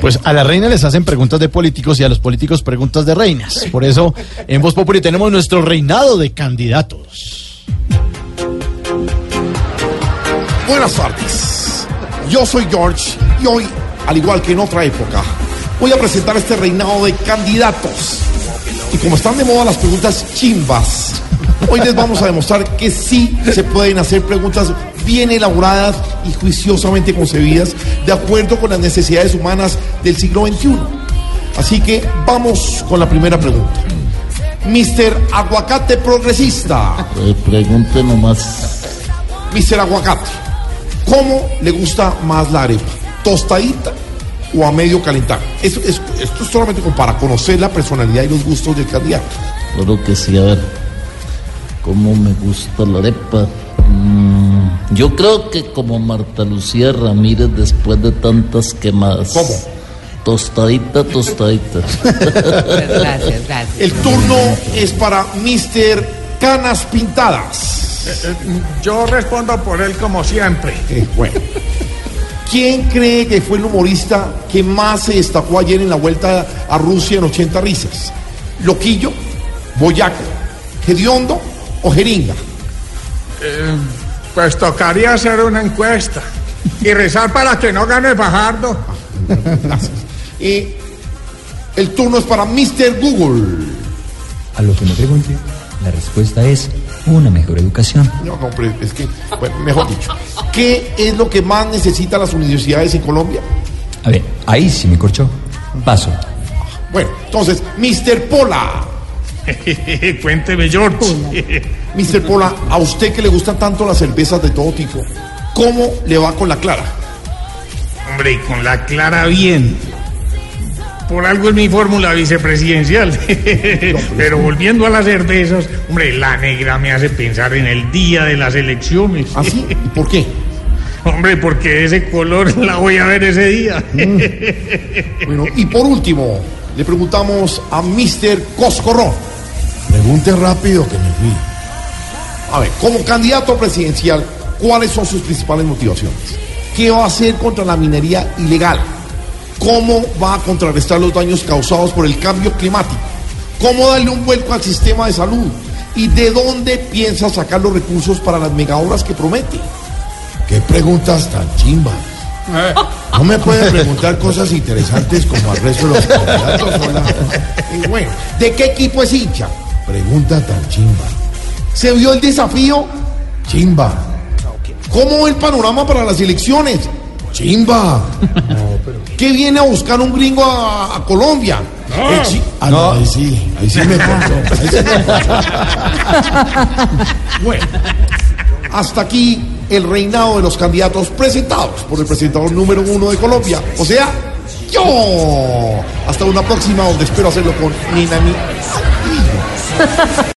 Pues a la reina les hacen preguntas de políticos y a los políticos preguntas de reinas. Por eso en Voz Populi tenemos nuestro reinado de candidatos. Buenas tardes. Yo soy George y hoy, al igual que en otra época, voy a presentar este reinado de candidatos. Y como están de moda las preguntas chimbas, hoy les vamos a demostrar que sí se pueden hacer preguntas bien elaboradas y juiciosamente concebidas de acuerdo con las necesidades humanas del siglo XXI. Así que vamos con la primera pregunta. Mister Aguacate Progresista. Eh, pregunte nomás. Mister Aguacate, ¿cómo le gusta más la arepa? ¿Tostadita o a medio calentar? Esto, es esto es solamente como para conocer la personalidad y los gustos del candidato. Claro que sí, a ver. ¿Cómo me gusta la arepa? Mm, yo creo que como Marta Lucía Ramírez después de tantas quemadas. ¿Cómo? Tostadita, tostadita. Gracias, gracias. El turno es para Mister Canas Pintadas. Yo respondo por él como siempre. Eh, bueno. ¿Quién cree que fue el humorista que más se destacó ayer en la vuelta a Rusia en 80 risas? ¿Loquillo? ¿Boyaco? ¿Gediondo o Jeringa? Eh, pues tocaría hacer una encuesta y rezar para que no gane Fajardo. Eh, el turno es para Mr. Google. A lo que me pregunte, la respuesta es una mejor educación. No, no, pero es que, bueno, mejor dicho, ¿qué es lo que más necesitan las universidades en Colombia? A ver, ahí sí me corchó. Paso. Bueno, entonces, Mr. Pola. Cuénteme, George. Mr. Pola, a usted que le gustan tanto las cervezas de todo tipo, ¿cómo le va con la clara? Hombre, y con la clara bien. Por algo es mi fórmula vicepresidencial. Pero volviendo a las cervezas, hombre, la negra me hace pensar en el día de las elecciones. ¿Ah, sí? ¿Y por qué? Hombre, porque ese color la voy a ver ese día. Bueno, y por último, le preguntamos a Mr. Coscorrón. Pregunte rápido que me fui. A ver, como candidato presidencial, ¿cuáles son sus principales motivaciones? ¿Qué va a hacer contra la minería ilegal? ¿Cómo va a contrarrestar los daños causados por el cambio climático? ¿Cómo darle un vuelco al sistema de salud? ¿Y de dónde piensa sacar los recursos para las megaobras que promete? ¿Qué preguntas tan chimbas? No me pueden preguntar cosas interesantes como al resto de los candidatos. hola. Y bueno, ¿de qué equipo es hincha? Pregunta tan chimba. ¿Se vio el desafío? Chimba. ¿Cómo ve el panorama para las elecciones? Chimba. ¿Qué viene a buscar un gringo a, a Colombia? Eh, chi- ah, no, ahí sí. Ahí sí me cortó. Ahí sí me cortó. Bueno, hasta aquí el reinado de los candidatos presentados por el presentador número uno de Colombia, o sea, yo. Hasta una próxima donde espero hacerlo con Minami. Castillo.